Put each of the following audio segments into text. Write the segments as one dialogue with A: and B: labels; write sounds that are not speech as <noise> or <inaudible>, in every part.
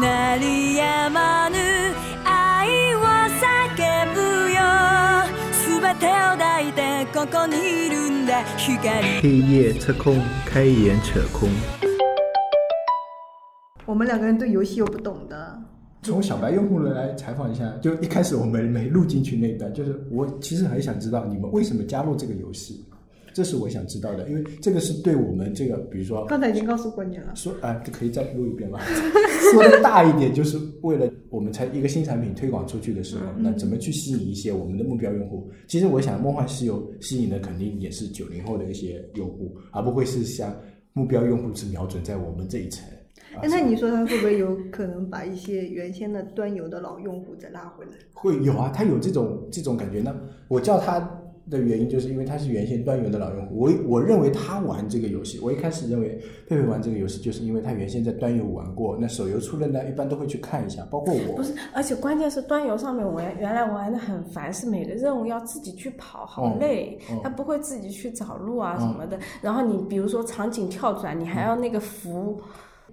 A: 鳴りやまぬ愛を叫ぶよ全てを抱いてここにいるんだ光
B: 黑夜测控，开眼扯空。
C: 我们两个人对游戏又不懂的，
D: 从小白用户来采访一下，就一开始我们没录进去那一段，就是我其实很想知道你们为什么加入这个游戏，这是我想知道的，因为这个是对我们这个，比如说
C: 刚才已经告诉过你了。
D: 说啊，可以再录一遍吗？ <laughs> 说的大一点，就是为了我们才一个新产品推广出去的时候，那怎么去吸引一些我们的目标用户？其实我想，《梦幻西游》吸引的肯定也是九零后的一些用户，而不会是像目标用户是瞄准在我们这一层。啊
C: 哎，那你说他会不会有可能把一些原先的端游的老用户再拉回来？
D: 会有啊，他有这种这种感觉呢。我叫他的原因，就是因为他是原先端游的老用户。我我认为他玩这个游戏，我一开始认为佩佩玩这个游戏，就是因为他原先在端游玩过。那手游出了呢，一般都会去看一下，包括我
E: 不。是，而且关键是端游上面我原原来玩的很烦，是每个任务要自己去跑，好累，
D: 嗯
E: 他不会自己去找路
D: 哦
E: 啊什么的。然后你比如说场景跳转，你
D: 嗯
E: 还要那个扶，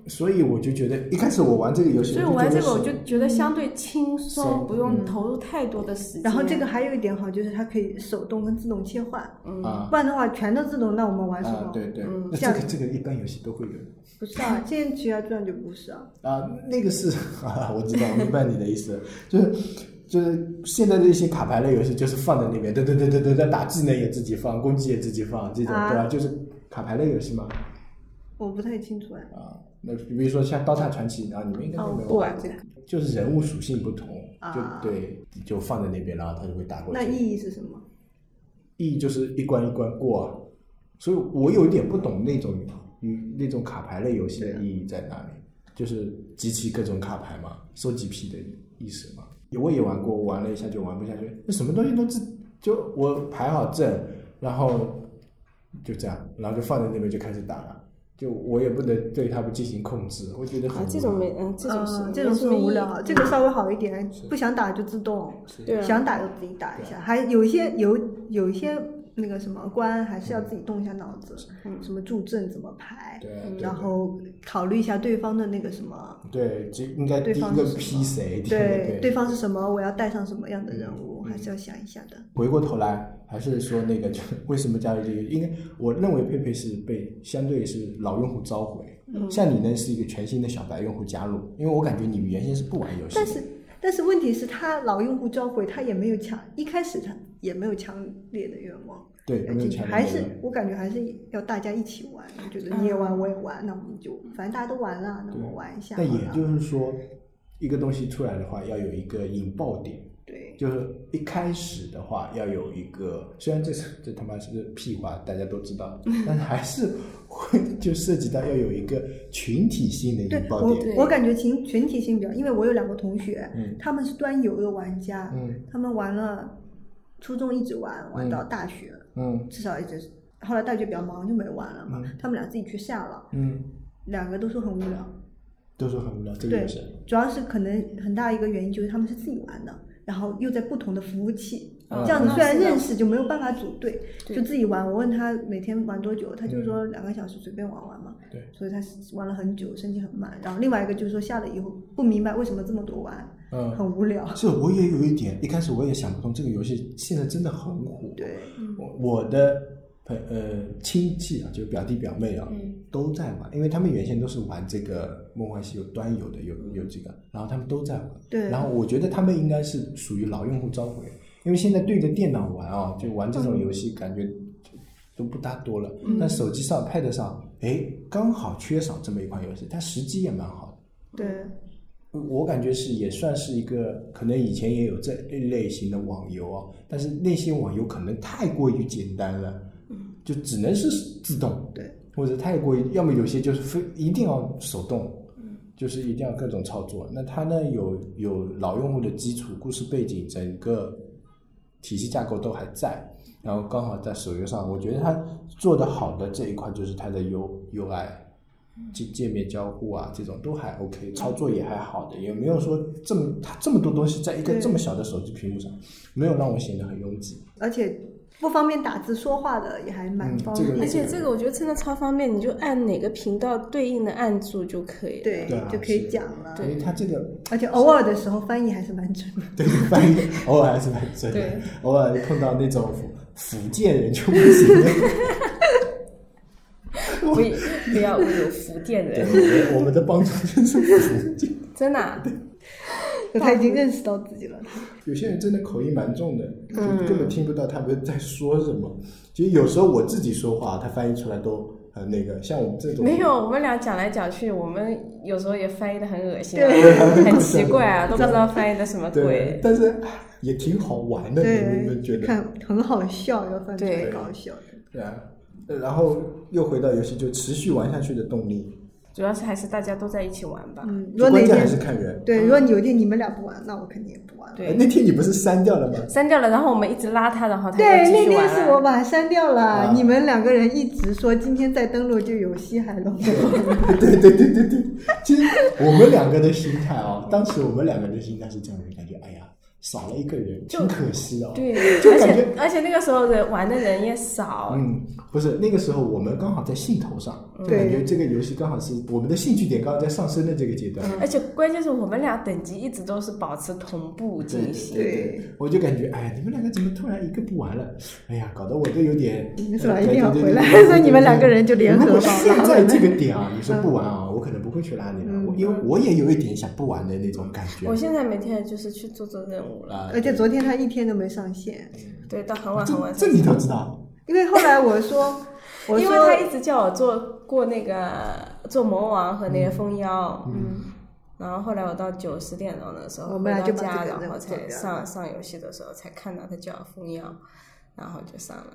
D: 所以我就觉得一开始我玩这个游戏，
E: 所以
D: 我
E: 我玩
D: 觉
E: 这
D: 得
E: 个我
D: 是嗯
E: 就觉得相对轻松，
D: 是
E: 不用投入太多的时间。
C: 然后这个还有一点好，就是它可以手动跟自动切换，
E: 嗯
D: 啊
C: 不然的话全都自动，那我们玩什么？
D: 啊，对对，那
C: 这
D: 这
C: 样
D: 个这个一般游戏都会有的。
C: 不是
D: <laughs>
C: 啊，《仙剑奇侠传》就不是啊。
D: 啊，那个是， <laughs> 啊、我知道，我明白你的意思， <laughs> 就是就是现在的一些卡牌类游戏，就是放在那边，噔噔噔噔噔噔，打技能也自己放，攻击也自己放，这种、
C: 啊
D: 对吧？就是卡牌类游戏嘛，
C: 我不太清楚哎，
D: 啊，那比如说像《刀塔传奇》，啊，你们应该都没有
C: 不
D: 玩
C: 玩这个，
D: 就是人物属性不同，就
C: 啊
D: 对，就放在那边，然后它就会打过去。
C: 那意义是什么？
D: 意义就是一关一关过啊，所以我有一点不懂那种嗯那种卡牌类游戏的意义在哪里，就是集齐各种卡牌嘛，收集癖的意思嘛。我也玩过，我玩了一下就玩不下去，那什么东西都自就我排好阵，然后就这样，然后就放在那边就开始打了，就我也不能对它不进行控制，我觉得很
E: 啊
D: 无聊、
E: 这种没嗯这种是、
C: 嗯这种是无聊，这个稍微好一点，不想打就自动，
E: 对啊
C: 想打就自己打一下。还有一些有有一些那个什么关，还是要自己动一下脑子，什么助阵怎么排，
D: 嗯啊对对
C: 嗯然后考虑一下对方的那个什么，
D: 对，就应该
C: 对
D: 第一
C: 方
D: 个
C: 是什么
D: 劈谁，第一个
C: 对，对方是什么，我要带上什么样的人物，
D: 嗯
C: 还是要想一下的。
D: 回过头来，还是说那个，就是为什么加入这个？因为我认为佩佩是被相对是老用户召回，
C: 嗯
D: 像你呢是一个全新的小白用户加入，因为我感觉你原先是不玩游戏的，
C: 但是但是问题是，他老用户召回，他也没有强，一开始他也没有强烈的愿望。
D: 对
C: 要
D: 没有
C: 进去
D: 强烈的
C: 还是
D: 愿望嗯
C: 我感觉还是要大家一起玩，我觉得你也玩，我也玩，那我们就反正大家都玩了，那我们玩一下好
D: 但
C: 了。
D: 也就是说，一个东西出来的话，要有一个引爆点，
C: 对，
D: 就是一开始的话要有一个，虽然这是这他妈是个屁话，大家都知
C: <laughs>
D: 道，但还是会就涉及到要有一个群体性的
C: 对
D: 引爆
C: 我
D: 点，
C: 我感觉群群体性比较，因为我有两个同学，
D: 嗯
C: 他们是端游的玩家，
D: 嗯
C: 他们玩了初中一直玩，玩到大学，
D: 嗯
C: 至少一直，后来大学比较忙就没玩了嘛，
D: 嗯
C: 他们俩自己去下了，
D: 嗯，
C: 两个都说很无聊，
D: 都说很无聊，这个
C: 对
D: 游戏。，
C: 主要是可能很大一个原因就是他们是自己玩的，然后又在不同的服务器，
D: 嗯
C: 这样子
E: 嗯
C: 虽然
E: 是的
C: 认识就没有办法组队，就自己玩。我问他每天玩多久，他就说两个小时随便玩玩嘛。
D: 对
C: 所以他玩了很久，身体很慢。然后另外一个就是说下了以后不明白为什么这么多玩，
D: 嗯
C: 很无聊。
D: 这我也有一点，一开始我也想不通，这个游戏现在真的很火。
C: 对，
D: 我我的朋呃亲戚啊，就是表弟表妹啊，
C: 嗯
D: 都在玩，因为他们原先都是玩这个《梦幻西游》端游的，有有这个，然后他们都在玩。
C: 对
D: 然后我觉得他们应该是属于老用户召回，因为现在对着电脑玩啊，就玩这种游戏，感觉都不大多了。
C: 嗯
D: 但手机上、Pad 上，哎，刚好缺少这么一款游戏，它时机也蛮好的。
C: 对，
D: 我感觉是也算是一个，可能以前也有这类型的网游啊，但是那些网游可能太过于简单了，就只能是自动，
C: 对，
D: 或者太过于，要么有些就是非一定要手动，
C: 嗯
D: 就是一定要各种操作。那它呢有有老用户的基础、故事背景，整个体系架构都还在，然后刚好在手游上，我觉得它做的好的这一块就是它的 U UI。界
C: 嗯
D: 界面交互啊，这种都还 OK，操作也还好的，也没有说这么它这么多东西在一个
C: 对
D: 这么小的手机屏幕上，没有让我显得很拥挤。
C: 而且不方便打字说话的也还蛮
D: 嗯
C: 方
D: 这个
C: 便的。
E: 而且这个我觉得真的超方便，你就按哪个频道对应的按住就可以了。
C: 对
D: 对啊
C: 就可以
D: 是
C: 讲了，
D: 因为它这个
C: 而且偶尔的时候翻译还是蛮准的。
D: <laughs> 对翻译偶尔还是蛮准的
E: 对，
D: 偶尔碰到那种福福建人就不行了。
E: 不不要有福建
D: 对，
E: 人，
D: <laughs> 我们我们的帮助就是福建。
E: 真的啊、
D: <laughs>
C: 他已经认识到自己了，
D: 有些人真的口音蛮重的，就
C: 嗯
D: 根本听不到他们在说什么。其实有时候我自己说话，他翻译出来都很那个。像我们这种
E: 没有，我们俩讲来讲去，我们有时候也翻译的很恶心、啊，
C: 对
E: 很奇怪啊，都不知道翻译的什么
D: 对
E: 鬼，。
D: 但是也挺好玩的，你们觉
C: 对，<laughs>
D: 得？
C: 看很好笑，要翻出来
E: 对
C: 搞笑的。
D: 对啊，然后又回到游戏，就持续玩下去的动力。
E: 主要是还是大家都在一起玩吧。
C: 嗯，如果哪
D: 关键还是
C: 天
D: 看人。
C: 对，如果有一天你们俩不玩，那我肯定也不玩了。
E: 对
D: 哎那天你不是删掉了吗？
E: 删掉了，然后我们一直拉他，然后他
C: 对，
E: 就继
C: 那
E: 续玩
C: 天是我
E: 了。
C: 把它删掉了，
D: 啊
C: 你们两个人一直说今天再登录就有西海
D: <laughs>
C: 龙。
D: 对对对对对，其实我们两个的心态哦，当时我们两个的心态是这样的，感觉哎呀，少了一个人，挺可惜的、哦。
E: 对，
D: 就
E: 而
D: 感
E: 且
D: 觉
E: 而且那个时候人玩的人也少，
D: 嗯，不是那个时候我们刚好在兴头上，就感觉这个游戏刚好是我们的兴趣点刚好在上升的这个阶段。
E: 而且关键是我们俩等级一直都是保持同步进行。
C: 对
D: 我就感觉，哎，你们两个怎么突然一个不玩了？哎呀，搞得我都有点
C: 你们是吧
D: 对
C: 一定要
D: 哎对
C: 回来
D: 对对
C: <laughs>
D: 对
C: 所以你们两个人就联合
D: 如果
C: 吧
D: 现在这个点啊，你说不玩啊，我可能不会去拉你了，我因为我也有一点想不玩的那种感觉
E: 我。现在每天就是去做做任务了，
D: 啊
C: 而且昨天他一天都没上线，
E: 对，到很晚很
D: 这
E: 晚。
D: 这你都知道。
C: 因为后来我说，我
E: 因为他
C: 说
E: 一直叫我做过那个做魔王和那个蜂妖，嗯，然后后来我到九十点钟的时候
C: 我们俩
E: 回
C: 就
E: 到
C: 把
E: 家，
C: 这个
E: 然后
C: 做
E: 才
C: 掉了
E: 上上游戏的时候才看到他叫蜂妖，然后就上了。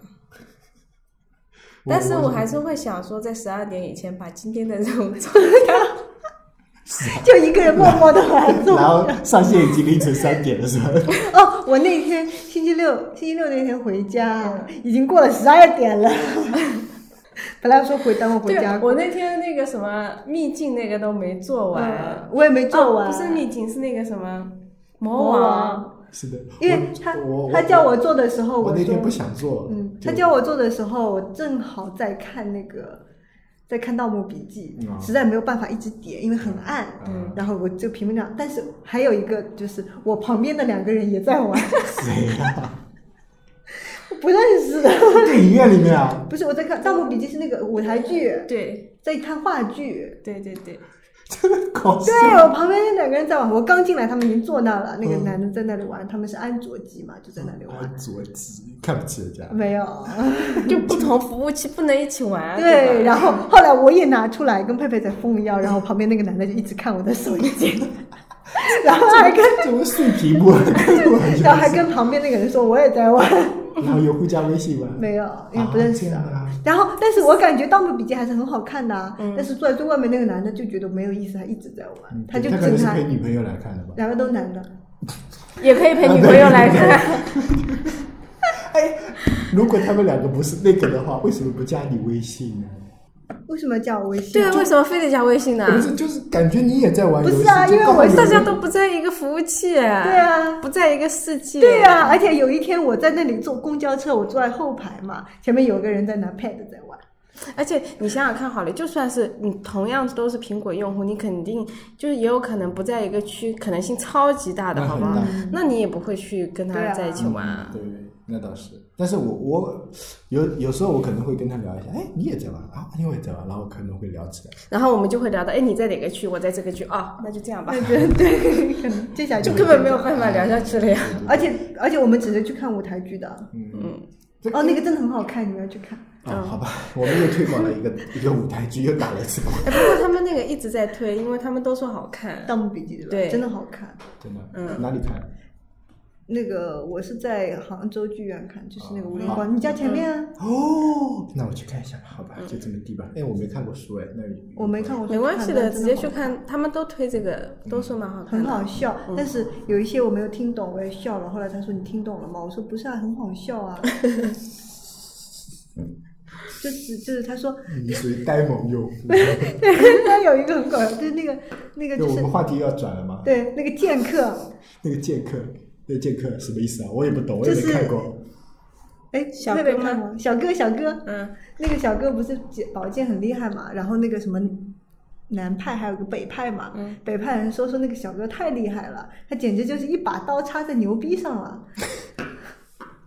E: 但是我还是会想说，在十二点以前把今天的任务
C: <laughs>
E: 做掉。
C: 就一个人默默的 <laughs>
D: <laughs>
C: 玩
D: 然后上线已经凌晨三点了，是吧？
C: <laughs> 哦，我那天星期六，星期六那天回家，啊已经过了十二点了。 <laughs> 本来说回等我回
E: 对啊
C: 家，，
E: 我那天那个什么秘境那个都没做完，
C: 嗯我也没做完，
E: 哦不是秘境，是那个什么魔
C: 魔
E: 王。
C: 王，
D: 是的，
C: 因为
D: 我
C: 他
D: 我
C: 他叫我做的时候，
D: 我那
C: 说
D: 天不想做，
C: 嗯，
D: 就
C: 他叫我做的时候，我正好在看那个，在看《盗墓笔记》
D: 嗯啊
C: 实在没有办法一直点，因为很暗。
D: 嗯
C: 然后我就屏幕上，但是还有一个就是我旁边的两个人也在玩， <laughs>
D: 谁呀？
C: 我不认识的。 <laughs>
D: 电影院里面啊， <laughs>
C: 不是我在看《盗墓笔记》是那个舞台剧，
E: 对
C: 在看话剧。
E: 对对对，
D: 搞笑
C: 对，我旁边那两个人在玩，我刚进来，他们已经坐那了。那个
D: 嗯
C: 男的在那里玩，他们是安卓机嘛，就在那里玩
D: 啊。左机看不起人家，
C: 没有，
E: <laughs> 就不同服务器不能一起玩，
C: 对，
E: 对吧？
C: 然后后来我也拿出来跟佩佩在疯一样，然后旁边那个男的就一直看我的手
D: <laughs>
C: 机，然后还跟
D: 怎么碎屏幕？
C: 然后还跟旁边那个人说我也在玩，
D: 然后有互加微信吗？
C: 没有，因为不认识
D: 啊这样的啊
C: 然后，但是我感觉《盗墓笔记》还是很好看的啊。但是坐在最外面那个男的就觉得没有意思，他一直在玩，
D: 嗯
C: 他就
D: 他可
C: 整
D: 能是
C: 他
D: 陪女朋友来看的吧。
C: 两个都男的，
E: 也可以陪女朋友来看。
D: 如果他们两个不是那个的话，为什么不加你
C: <laughs>
D: 微信呢？
C: 为什么加我微信？
E: <laughs> 对啊，为什么非得加微信 <laughs> 呢？
D: 不是，就是感觉你也在玩游
C: 啊
D: 戏，
C: 不是啊
D: 就
C: 因为
D: 刚好
C: 我
D: 有
E: 大家
D: 人
E: 都不在一个服务器，
C: 对
E: 对，
C: 啊。
E: 不在一个世界，
C: 对啊，而且有一天我在那里坐公交车，我坐在后排嘛，前面有个人在拿 pad 在玩，
E: 而且你想想看好了，就算是你同样都是苹果用户，你肯定就是也有可能不在一个区，可能性超级大的，
D: 那
E: 好
D: 很
E: 不好
D: 大？
E: 那你也不会去跟
C: 对
E: 他
C: 啊
E: 在一起玩嗯啊。
D: 对，那倒是。但是我我有有时候我可能会跟他聊一下，哎，你也在玩啊，你也在玩，然后可能会聊起来。
E: 然后我们就会聊到，哎，你在哪个区？我在这个区啊、那就这样吧，
C: 对对，可能接下来
E: 就
C: 会
E: 根本
C: 这
E: 没有
C: 样
E: 办法聊下去了呀。
C: 而且而且我们只是去看舞台剧的，
D: 嗯，
C: 哦，那个嗯真的很好看，你们要去看。
D: 啊，好吧，我们又推广了一个一个舞台剧，又打了一次广告，
E: 哎，不过他们那个一直在推，因为他们都说好看。
C: 《盗墓笔记》对吧？
E: 对
C: 真的好看。
D: 真的。嗯，哪里看？
C: 那个我是在杭州剧院看，就是那个
D: 哦
C: 无人光，你家前面
E: 嗯
C: 啊，
D: 哦，那我去看一下吧，好吧，就这么地吧。哎，我没看过书，哎，那你
C: 嗯我没看，我说
E: 没关系的，
C: 但
E: 直
C: 真
E: 接去
C: 好，
E: 看，嗯他们都推这个，都说蛮好看
C: 很
E: 的。
C: 好笑。但是有一些我没有听懂，我也笑了。后来他说你听懂了吗？我说不是啊，很好笑啊。 <laughs> 就是就是他说，
D: 你属于呆萌用户。 <laughs>
C: 他有一个很搞笑，就是那个那个
D: 那
C: 就
D: 我
C: 是
D: 们话题要转了吗？
C: 对那个剑客，
D: 那个剑客，那剑客什么意思啊？我也不懂，我
C: 就
D: 也没
C: 是
D: 看过。
C: 哎，
E: 小
C: 那个
E: 哥
C: 看
E: 吗
C: 过小哥，小哥，
E: 嗯，
C: 那个小哥不是解宝剑很厉害嘛？然后那个什么南派还有个北派嘛，
E: 嗯
C: 北派人说说那个小哥太厉害了，他简直就是一把刀插在牛逼上
E: <laughs>
C: 了。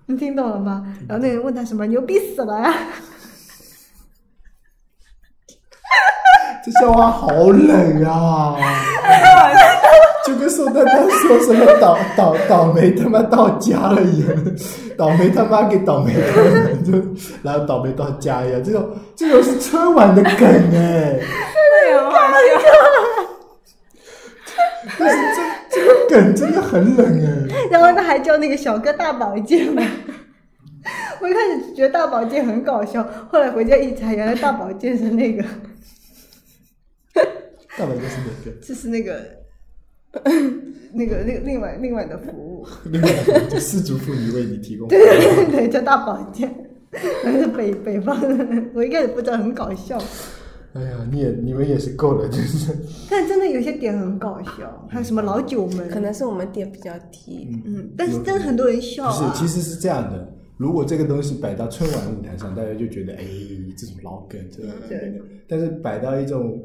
C: 你听懂了吗？然后那人问他什么，牛逼死了啊呀！
D: 这笑话好冷啊！就跟宋丹丹说什么倒倒倒霉他妈到家了一样，倒霉他妈给倒霉他们，就然后倒霉到家一样，这种这种是春晚的梗哎、
E: 对呀，好笑。
D: 但是这这个梗真的很冷
C: <laughs>
D: 哎、
C: 然后他还叫那个小哥大宝剑嘛。 <laughs> 我一开始觉得大宝剑很搞笑，后来回家一查，原来大宝剑是那个，
D: 大白就是哪个？
C: 就是那个，
D: <laughs>
C: 那个另另外另外的服
D: <laughs>
C: 务。
D: 另外就失足妇女为你提供。
C: 对对，叫大保健，还是北北方的。我一开始不知道很搞笑，
D: 哎呀，你也你们也是够了，就是
C: 但真的有些点很搞
D: 嗯
C: 笑，还有什么老九门，
E: 可能是我们点比较低，
C: 嗯，但是真的很多人笑
D: 不是，
C: 啊。
D: 其实是这样的。如果这个东西摆到春晚舞台上，大家就觉得哎，这种老梗，这种
C: 嗯对
D: 但是摆到一种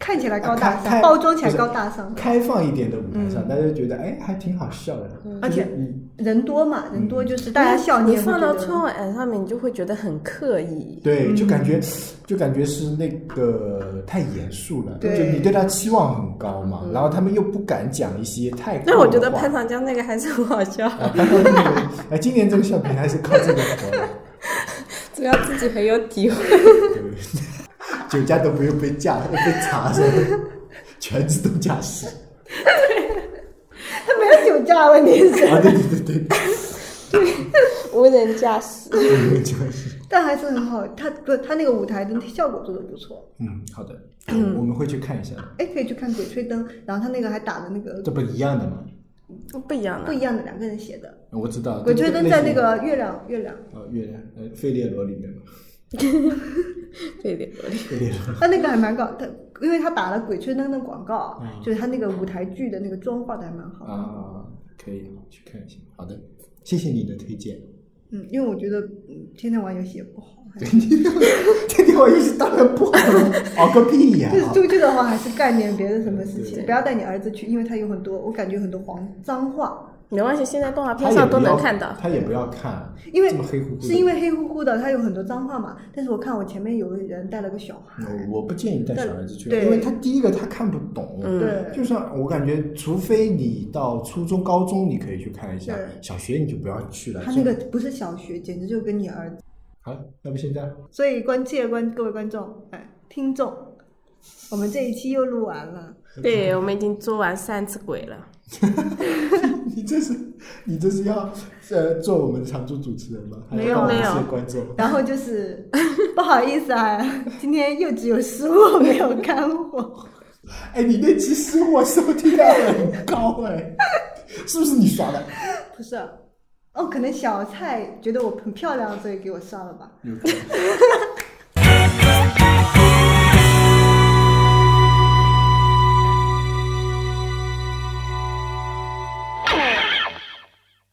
C: 看起来高
D: 啊
C: 大
D: 开
C: 上，
D: 开
C: 包装起来
D: 不是
C: 高大上，
D: 开放一点的舞台
C: 嗯
D: 上，大家就觉得哎，还挺好笑的。
C: 而且
D: 嗯，
C: 人多嘛，人多就是大家笑，
E: 你
C: 也会
E: 放
C: 觉
E: 到
C: 得
E: 春晚上面，你就会觉得很刻意。
D: 对，
C: 嗯
D: 就感觉就感觉是那个太严肃了，
C: 对嗯
D: 就你对他期望很高嘛，然后他们又不敢讲一些太过的
E: 但
D: 话。
E: 我觉得潘长江那个还是很好笑，
D: 啊，潘长江那个 <laughs> 哎，今年这个笑评还是靠这个火
C: <laughs>
D: 的。
E: 主要自己很有体会。
D: 对， <laughs> 酒驾都不用被驾被查是吧？全自动驾驶。
C: 他没有酒驾问题是，
D: <laughs> 啊，对对对对，
E: 无人驾驶。
D: <laughs> 自动驾驶。
C: 但还是很好。他不，他那个舞台的效果做的不错。
D: 嗯，好的，我们会去看一下的。
C: 哎，可以去看《鬼吹灯》，然后他那个还打了那个
D: 这不一样的吗？
E: 不一样
C: 不
E: 的，
C: 一样的两个人写的
D: 我知道，
C: 《鬼吹灯》在那
D: 啊类
C: 个月亮月亮，
D: <laughs> 似于呃月亮呃费列罗里面嘛，
E: 对对对，
D: 费列罗。
C: 他那个还蛮搞，他因为他打了《鬼吹灯》的广告，就是他那个舞台剧的那个妆化的还蛮好。
D: 嗯啊，可以去看一下。好的，谢谢你的推荐。
C: 嗯，因为我觉得嗯，天天玩游戏也不好，还是
D: <laughs> 这地方游戏当然不好了，熬个屁
C: <laughs>
D: 呀、
C: <laughs> 就是出去的话还是干点别的什么事
D: 对
C: 情，不要带你儿子去，因为他有很多，我感觉有很多黄脏话，
E: 没关系，现在动画
D: 他
E: 片
D: 也
E: 上
D: 不
E: 都
D: 要
E: 能看到。
D: 他也不要看，
C: 因为
D: 这么黑乎乎的。
C: 是因为黑乎乎的，他有很多脏话嘛。但是我看我前面有人带了个小孩，
D: 呃我我不建议带小孩子去，
C: 对
D: 因为他第一个他看不懂，
E: 嗯
C: 对
D: 就像我感觉，除非你到初中、高中，你可以去看一下
C: 对，
D: 小学你就不要去了。
C: 他那个不是小学，简直就跟你儿子。
D: 好，要不现在
C: 所以关切关各位观众，哎，听众，我们这一期又录完了。
E: 对，我们已经捉完三次鬼了。
D: <laughs> 你这是你这是要呃做我们的常驻主持人吗？还
C: 没有
D: 要当我们
E: 没有
D: 是观众。
C: 然后就是 <laughs> 不好意思啊，今天又只有食物没有干货。
D: 哎，你那期实我收听量很高哎， <laughs> 是不是你刷的？
C: 不是，哦，可能小蔡觉得我很漂亮，所以给我刷了吧。
D: 有可能